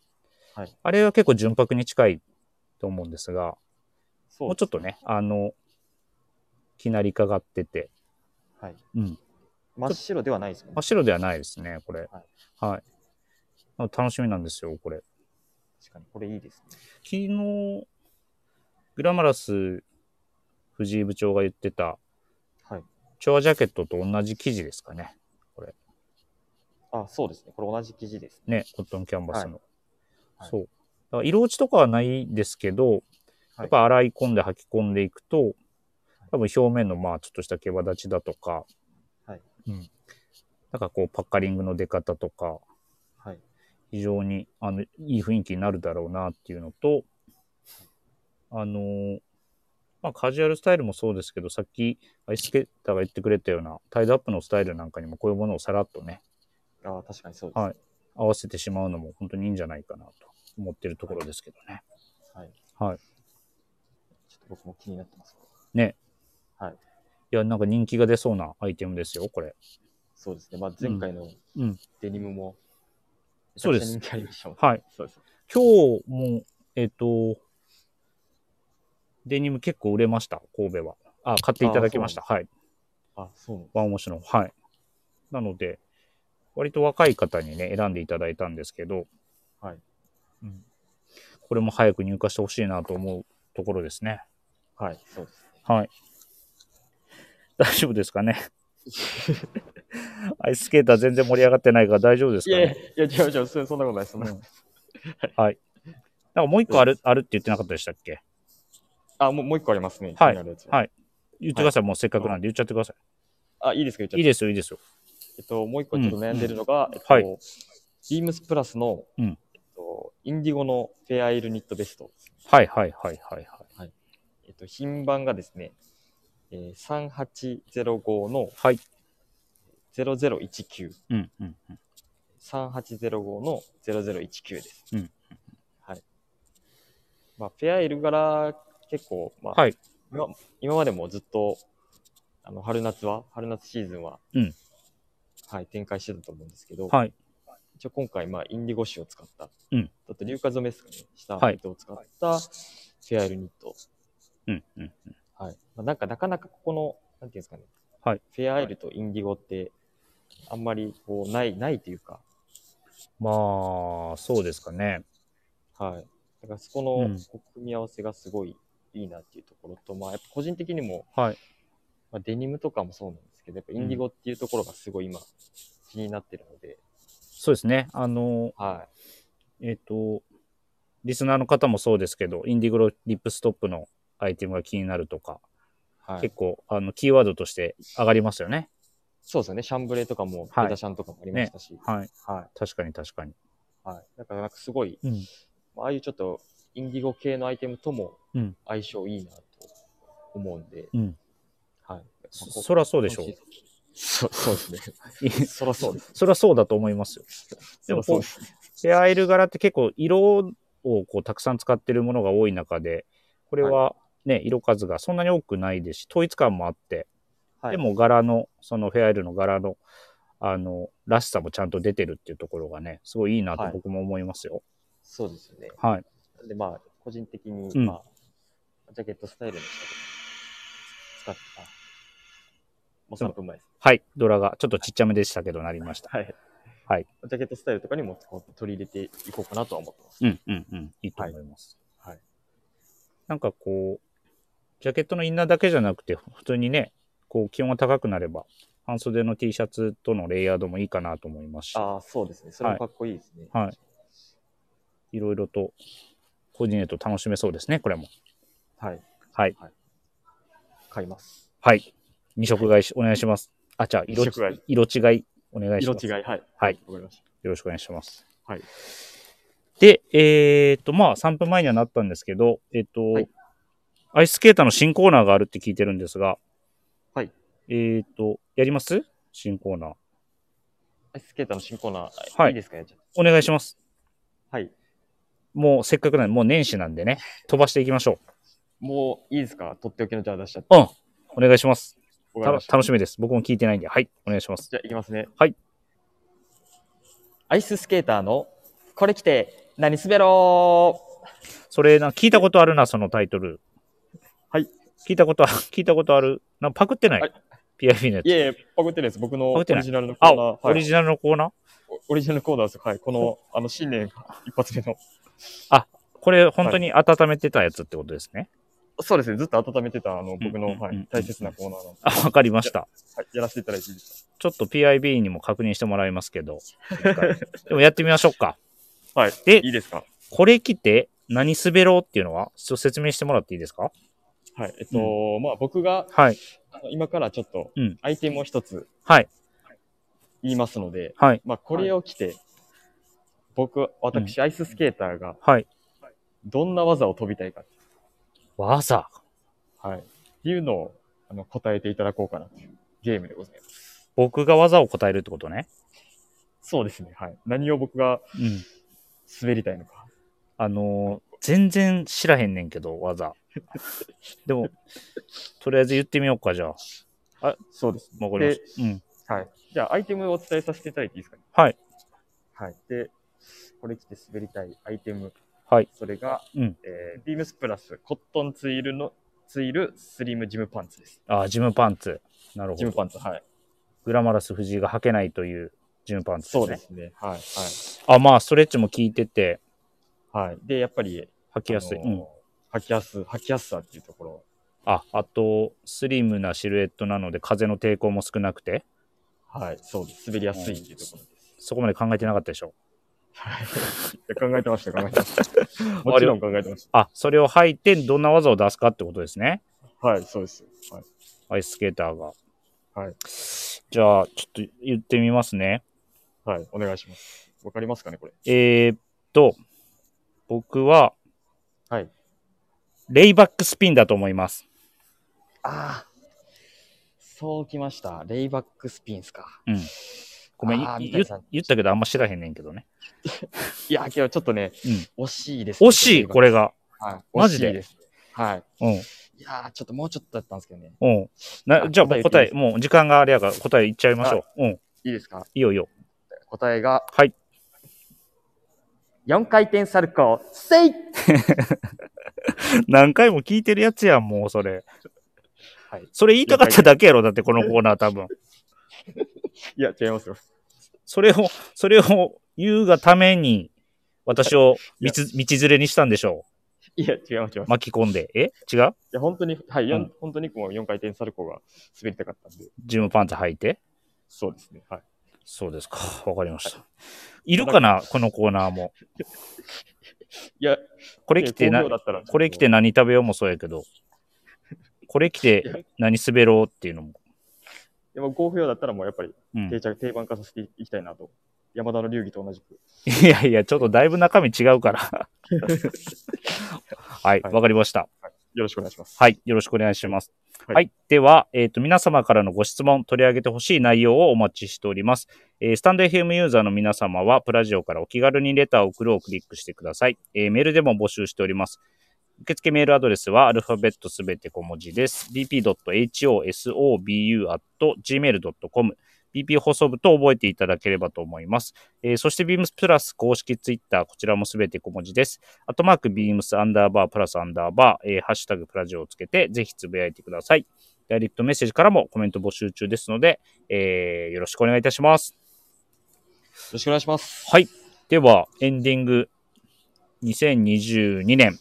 Speaker 2: はい
Speaker 1: あれは結構純白に近いと思うんですが、
Speaker 2: そう
Speaker 1: もうちょっとね、あの、きなりかがってて、
Speaker 2: はい。
Speaker 1: うん
Speaker 2: 真っ白ではないですもん
Speaker 1: 真っ
Speaker 2: ね。
Speaker 1: 白ではないですね、これ。
Speaker 2: はい
Speaker 1: はい。あ楽しみなんですよ、これ。
Speaker 2: 確かに、これいいですね。
Speaker 1: 昨日、グラマラス藤井部長が言ってた、
Speaker 2: はい。
Speaker 1: 調和ジャケットと同じ生地ですかね。
Speaker 2: あ、そうですね。これ同じ生地ですね。
Speaker 1: ね、コットンキャンバスの。
Speaker 2: はい
Speaker 1: そう。だから色落ちとかはないですけど、やっぱ洗い込んで履き込んでいくと、多分表面のまあちょっとした毛羽立ちだとか、
Speaker 2: はい
Speaker 1: うん。なんかこうパッカリングの出方とか、
Speaker 2: はい。
Speaker 1: 非常にあのいい雰囲気になるだろうなっていうのと、あのーまあ、カジュアルスタイルもそうですけど、さっきアイススケーターが言ってくれたようなタイドアップのスタイルなんかにもこういうものをさらっとね、
Speaker 2: あ、確かにそうです。
Speaker 1: はい合わせてしまうのも本当にいいんじゃないかなと思ってるところですけどね。
Speaker 2: はい。
Speaker 1: はい。
Speaker 2: ちょっと僕も気になってます。
Speaker 1: いや、なんか人気が出そうなアイテムですよ、これ。
Speaker 2: そうですね。まあ、前回の
Speaker 1: うん
Speaker 2: デニムも、
Speaker 1: そうです
Speaker 2: めちゃくちゃ人気ありましたもんね
Speaker 1: はい。
Speaker 2: そうです。
Speaker 1: 今日も、えっ、と、デニム結構売れました、神戸は。あ、買っていただきました。はい。
Speaker 2: あ、そうなの
Speaker 1: ワンオシの。はい。なので、割と若い方にね、選んでいただいたんですけど、
Speaker 2: はい。
Speaker 1: うん。これも早く入荷してほしいなと思うところですね。
Speaker 2: はい、そうです。
Speaker 1: はい。大丈夫ですかね (laughs) アイススケーター全然盛り上がってないから大丈夫です
Speaker 2: い
Speaker 1: か
Speaker 2: やいや
Speaker 1: ね
Speaker 2: いや、違う違う、そそんなことない、そんなことない。
Speaker 1: なんかもう一個ある、あるって言ってなかったでしたっけ
Speaker 2: あ、もうもう一個ありますね。
Speaker 1: はい
Speaker 2: 気になるやつ
Speaker 1: はい言ってください、もうせっかくなんで言っちゃってくださ
Speaker 2: あ、いいですか、言っちゃっ
Speaker 1: い。い
Speaker 2: て
Speaker 1: いですよ、いいですよ。
Speaker 2: えっと、もう一個ちょっと悩んでるのが、えっと、
Speaker 1: はい
Speaker 2: ビームスプラスの、
Speaker 1: うん
Speaker 2: えっと、インディゴのフェアイルニットベスト。
Speaker 1: はいはいはいはいはい。
Speaker 2: えっと、品番がですね、えー、3805の
Speaker 1: はい。
Speaker 2: 0019。
Speaker 1: うんうんうん。
Speaker 2: 3805の0019です。
Speaker 1: うん
Speaker 2: はい。まあ、フェアイル柄、結構、まあ、
Speaker 1: はい。
Speaker 2: 今今までもずっと、あの、春夏は、春夏シーズンは、
Speaker 1: うん
Speaker 2: はい、展開してたと思うんですけど、
Speaker 1: はい。
Speaker 2: 一応今回、まあ、インディゴ紙を使った、
Speaker 1: うん
Speaker 2: あと、硫化染めですかね、下
Speaker 1: はい
Speaker 2: 糸を使ったフェアイルニット。
Speaker 1: うんうん。
Speaker 2: はい。まあ、なんか、なかなかここの、なんていうんですかね、
Speaker 1: はい
Speaker 2: フェアイルとインディゴって、あんまり、こう、ない、ないというか、
Speaker 1: まあ、そうですかね。
Speaker 2: はい。だから、そこ
Speaker 1: うん
Speaker 2: のこう組み合わせがすごいいいなっていうところと、まあ、やっぱ個人的にも、
Speaker 1: はい。
Speaker 2: まあ、デニムとかもそうなんですけど、やっぱインディゴっていうところがすごい今、気になってるので、
Speaker 1: そうですね。あの、
Speaker 2: は
Speaker 1: えっ、と、リスナーの方もそうですけど、インディゴリップストップのアイテムが気になるとか、
Speaker 2: い。はい
Speaker 1: 結、構、あの、キーワードとして上がりますよね。
Speaker 2: そうですよね。シャンブレとかも、
Speaker 1: はい
Speaker 2: ペダシャンとかもありましたし、
Speaker 1: はい。
Speaker 2: は
Speaker 1: 確かに確かに。
Speaker 2: い。はい。だから、なんかすごい、
Speaker 1: うん。
Speaker 2: まあああいうちょっと、インディゴ系のアイテムとも
Speaker 1: うん
Speaker 2: 相性いいなと思うんで、
Speaker 1: うん。
Speaker 2: はい。
Speaker 1: そそらそうでしょう。
Speaker 2: そ
Speaker 1: (laughs)
Speaker 2: そうですね。 (laughs) そらそうです。
Speaker 1: そりゃそうだと思いますよ。で
Speaker 2: そ
Speaker 1: もこ
Speaker 2: らそううです。
Speaker 1: フェアイル柄って結構色をこうたくさん使ってるものが多い中で、これはね、色数がそんなに多くないですし、統一感もあって、
Speaker 2: はい
Speaker 1: でも柄の、そのフェアイルの柄の、あの、らしさもちゃんと出てるっていうところがね、すごいいいなと
Speaker 2: はい
Speaker 1: 僕も思いますよ。
Speaker 2: そうですよね。
Speaker 1: はい。
Speaker 2: なんでまあ、個人的に、
Speaker 1: うん
Speaker 2: まあ、ジャケットスタイルにしたとか、使って、あ、もう3分前です。
Speaker 1: はい。ドラが、ちょっとちっちゃめでしたけど、なりました。
Speaker 2: はい。
Speaker 1: はい。
Speaker 2: ジャケットスタイルとかにもこう取り入れていこうかなとは思ってます。
Speaker 1: うん、うん、うん。いいと思います。
Speaker 2: はいはい
Speaker 1: なんかこう、ジャケットのインナーだけじゃなくて、普通にね、こう、気温が高くなれば、半袖の T シャツとのレイヤードもいいかなと思いますし、
Speaker 2: ああ、そうですね。それもかっこいいですね。
Speaker 1: はい。いろいろとコーディネート楽しめそうですね、これも。
Speaker 2: はい。
Speaker 1: はい。
Speaker 2: 買います。
Speaker 1: はい。二色買いし、お願いします。あ、じゃあ、色
Speaker 2: 二色買い
Speaker 1: 色違い、お願いし
Speaker 2: 色
Speaker 1: ます。
Speaker 2: 違い、はい。はい。
Speaker 1: は
Speaker 2: わ
Speaker 1: い
Speaker 2: かりまし
Speaker 1: よろしくお願いします。
Speaker 2: はい。
Speaker 1: で、えーっと、まあ、3分前にはなったんですけど、えーっと、
Speaker 2: はい
Speaker 1: アイススケーターの新コーナーがあるって聞いてるんですが、
Speaker 2: はい。
Speaker 1: えーっと、やります新コーナー。
Speaker 2: た。アイススケーターの新コーナー、
Speaker 1: はい
Speaker 2: いいですかね、じゃ
Speaker 1: お願いします。
Speaker 2: あはい。
Speaker 1: もうせっかくなんで、もう年始なんでね、飛ばしていきましょ
Speaker 2: もういいですかとっておきのじゃあ出しちゃって。
Speaker 1: う。うん。お願いします。
Speaker 2: わか
Speaker 1: た
Speaker 2: りました
Speaker 1: 楽しみです。僕も聞いてないんで。はい。お願いします。
Speaker 2: じゃあ、いきますね。
Speaker 1: はい。
Speaker 2: アイススケーターの、これ着て、何滑ろう
Speaker 1: それな、聞いたことあるな、そのタイトル。
Speaker 2: はい。
Speaker 1: 聞いたことあ、聞いたことある。 (laughs) なパクってない、
Speaker 2: はい
Speaker 1: ?PIP のやつ。
Speaker 2: いえいえ、パクってないです。僕の
Speaker 1: パク
Speaker 2: オ
Speaker 1: ってない
Speaker 2: リジナルのコ
Speaker 1: あ、
Speaker 2: ーナー。はい
Speaker 1: オリジナルのコーナー
Speaker 2: オリジナルコーナーです。はい。こ (laughs) の、あの、新年一発目の。
Speaker 1: これ、本当に温めてたやつってことですね。
Speaker 2: そうですね。ずっと温めてた、あの、僕
Speaker 1: うんうん
Speaker 2: の、
Speaker 1: うん
Speaker 2: はい。大切なコーナーの、
Speaker 1: あ、わかりました。
Speaker 2: はい。やらせていただいていいです
Speaker 1: ちょっと PIB にも確認してもらいますけど。でもやってみましょうか。
Speaker 2: かはい。
Speaker 1: で
Speaker 2: いいですか
Speaker 1: これ着て何滑ろうっていうのは、ちょっと説明してもらっていいですか
Speaker 2: はい。えっと、まあ、僕が、
Speaker 1: はい。
Speaker 2: あの今からちょっと
Speaker 1: うん、
Speaker 2: アイテムを一つ
Speaker 1: はい。
Speaker 2: 言いますので、
Speaker 1: はい。
Speaker 2: まあ、これを着て、僕、私、アイススケーターが、
Speaker 1: はい。
Speaker 2: どんな技を飛びたいか、
Speaker 1: 技。
Speaker 2: はい。っていうのを、あの、答えていただこうかなというゲームでございます。
Speaker 1: 僕が技を答えるってことね。
Speaker 2: そうですね。はい。何を僕が
Speaker 1: うん。
Speaker 2: 滑りたいのか。
Speaker 1: あのー全然知らへんねんけど、技。 (laughs) でも、とりあえず言ってみようか、じゃあ。
Speaker 2: そうですね。
Speaker 1: わかりました。うん。
Speaker 2: はい。じゃあ、アイテムをお伝えさせていただいていいですかね。
Speaker 1: はい。
Speaker 2: はい。で、これ着て滑りたいアイテム。
Speaker 1: はい。
Speaker 2: それが、
Speaker 1: うん
Speaker 2: えービームスプラスコットンツイルのツイルスリムジムパンツです。
Speaker 1: あー、ジムパンツ。なるほ
Speaker 2: ジム
Speaker 1: ど。
Speaker 2: パンツ、はい。
Speaker 1: グラマラス藤井が履けないというジムパンツですね。
Speaker 2: そうですね。はい、
Speaker 1: あ、まあ、ストレッチも効いてて、
Speaker 2: はい。はい。で、やっぱり、
Speaker 1: 履きやすい。
Speaker 2: あ
Speaker 1: うん。
Speaker 2: のー履きやす、履きやすさっていうところ。
Speaker 1: あ、あと、スリムなシルエットなので、風の抵抗も少なくて、
Speaker 2: はい、そうです。滑りやすいっていうところです。
Speaker 1: そこまで考えてなかったでしょ。
Speaker 2: はい。考えてました、考えてま (laughs) した。もちろん考えてまし
Speaker 1: あ、それを履いて、どんな技を出すかってことですね。
Speaker 2: た。はい、そうです。はい。
Speaker 1: アイススケーターが。
Speaker 2: はい。
Speaker 1: じゃあ、ちょっと言ってみますね。
Speaker 2: はい、お願いします。わかりますかね、これ。
Speaker 1: えー、っと、僕は、
Speaker 2: はい。
Speaker 1: レイバックスピンだと思います。
Speaker 2: ああ。そうきました。レイバックスピンスか。
Speaker 1: ごめん、
Speaker 2: あー
Speaker 1: い
Speaker 2: 三谷
Speaker 1: 言
Speaker 2: さん
Speaker 1: 言ったけど、あんま知らへんねんけどね。
Speaker 2: いや、今日ちょっとね、惜しいです、
Speaker 1: 惜しい、これ。が。
Speaker 2: はい、
Speaker 1: マジで
Speaker 2: 惜しいす。はい。
Speaker 1: うん。
Speaker 2: いやー、ちょっともうちょっとだったんですけどね。
Speaker 1: うん。な
Speaker 2: あ
Speaker 1: じゃあ、もう
Speaker 2: 答
Speaker 1: 答
Speaker 2: え言っ
Speaker 1: え、
Speaker 2: て
Speaker 1: もう時間があれやから、答え言っちゃいましょう。うん。
Speaker 2: いいですか
Speaker 1: いいよいいよ。
Speaker 2: 答えが、
Speaker 1: はい。
Speaker 2: 4回転サルコー、せい
Speaker 1: 何回も聞いてるやつやん、もうそれ。
Speaker 2: はい。
Speaker 1: それ言いたかっただけやろ、だってこのコーナー多分。
Speaker 2: いや、違いますよ。
Speaker 1: それを、それを (laughs) 言うがために、私を道つ道連れにしたんでしょ。
Speaker 2: いや、違います、違いうます。い
Speaker 1: 巻き込んで。え違う
Speaker 2: や、本当に、はい、
Speaker 1: う
Speaker 2: 四
Speaker 1: ん
Speaker 2: 本当にこう4回転サルコーが滑りたかったんで、
Speaker 1: ジムパンツ履いて。
Speaker 2: そうですね。はい。
Speaker 1: そうですか。わかりました。いるかなこのコーナーも。
Speaker 2: いや、
Speaker 1: これ来てな
Speaker 2: 好評、だったら
Speaker 1: これ来て何食べようもそうやけど、これ来て何滑ろうっていうのも。
Speaker 2: でも好評だったらもうやっぱり
Speaker 1: うん、
Speaker 2: 定着、定番化させていきたいなと。山田の流儀と同じく。
Speaker 1: いやいや、ちょっとだいぶ中身違う
Speaker 2: (laughs)
Speaker 1: から。はい、
Speaker 2: はい
Speaker 1: わかりました。
Speaker 2: よろしくお願いします。
Speaker 1: はい、よろしくお願いします。は、
Speaker 2: はいい
Speaker 1: では、えっ、と、皆様からのご質問、取り上げてほしい内容をお待ちしております。えースタンド FM ユーザーの皆様は、プラジオからお気軽にレターを送るをクリックしてください。えーメールでも募集しております。受付メールアドレスは、アルファベットすべて小文字です。bp.hosobu.gmail.com bp 放送部と覚えていただければと思います。えーそして、ビームスプラス公式ツイッター、こちらもすべて小文字です。あとマーク、ビームスアンダーバー、プラスアンダーバー、えーハッシュタグ、プラジオをつけて、ぜひつぶやいてください。ダイレクトメッセージからもコメント募集中ですので、えーよろしくお願いいたします。
Speaker 2: よろしくお願いします。
Speaker 1: はい。では、エンディング、2022年、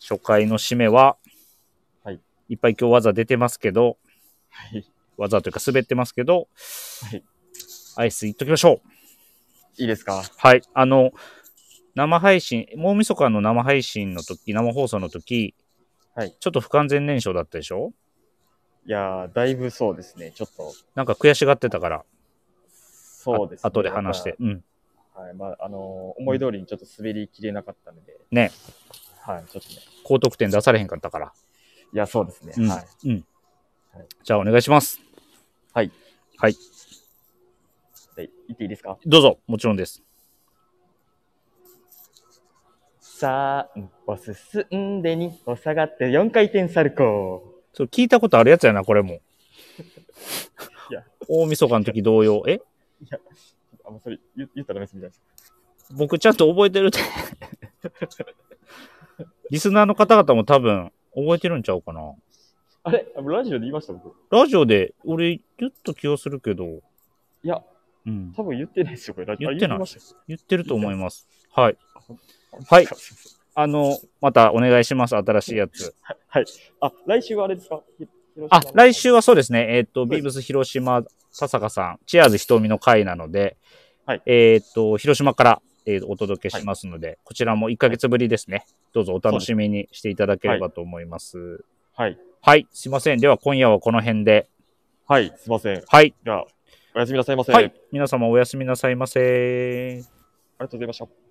Speaker 1: 初回の締めは、
Speaker 2: はい。
Speaker 1: いっぱい今日技出てますけど、
Speaker 2: はい。
Speaker 1: 技というか滑ってますけど、
Speaker 2: はい
Speaker 1: アイスいっときましょう。
Speaker 2: いいですか
Speaker 1: はい。あの、生配信、大晦日の生配信の時、生放送の時、
Speaker 2: はい
Speaker 1: ちょっと不完全燃焼だったでしょ
Speaker 2: いやー、だいぶそうですね。ちょっと、
Speaker 1: なんか悔しがってたから、
Speaker 2: そうですね。
Speaker 1: あ後で話して。。うん。
Speaker 2: はい。まあ、あのー思い通りにちょっと滑りきれなかったので。
Speaker 1: ね。
Speaker 2: はい。ちょっとね。
Speaker 1: 高得点出されへんかったから。
Speaker 2: いや、そうですね。
Speaker 1: うん。
Speaker 2: はい。
Speaker 1: うん
Speaker 2: はい
Speaker 1: じゃあお願いします。
Speaker 2: はい。
Speaker 1: はい。
Speaker 2: で、言っていいですか
Speaker 1: どうぞ。もちろんです。
Speaker 2: さあ、歩進んでに歩下がって4回転サルコ
Speaker 1: そう聞いたことあるやつやな、こ
Speaker 2: (laughs)
Speaker 1: れも
Speaker 2: いや。
Speaker 1: 大晦日の時同様。え
Speaker 2: ー。あ、もうそれ言言ったらダメですみたいな。
Speaker 1: 僕ちゃんと覚えて
Speaker 2: (laughs)
Speaker 1: るって。リスナーの方々も多分覚えてるんちゃうかな。
Speaker 2: あれあラジオで言いました僕。
Speaker 1: ラジオで俺言った気がするけど、
Speaker 2: いや、
Speaker 1: うん、
Speaker 2: 多分言ってないですよ、これ。ラジオあ
Speaker 1: 言ってない
Speaker 2: ましたよ
Speaker 1: 言ってると思います。はい。はい。あの、またお願いします、新しいやつ。
Speaker 2: はい。あ、来週はあれですかひ広島
Speaker 1: あ
Speaker 2: の、
Speaker 1: 来週はそうですね、えっ、と、
Speaker 2: うで
Speaker 1: ビ
Speaker 2: す
Speaker 1: ーブス広島、田坂さん、チェアーズ瞳の会なので、
Speaker 2: はい
Speaker 1: えっ、と、広島から、えーお届けしますので、こちらも1ヶ月ぶりですね。どうぞお楽しみにしていただければと思います。はい、
Speaker 2: はい。
Speaker 1: すいません。では今夜はこの辺で。
Speaker 2: はい、すいません。
Speaker 1: はい。
Speaker 2: じゃあ、おやすみなさいませ。
Speaker 1: は
Speaker 2: あり
Speaker 1: い。皆様おやすみなさいませ。
Speaker 2: がとうございました。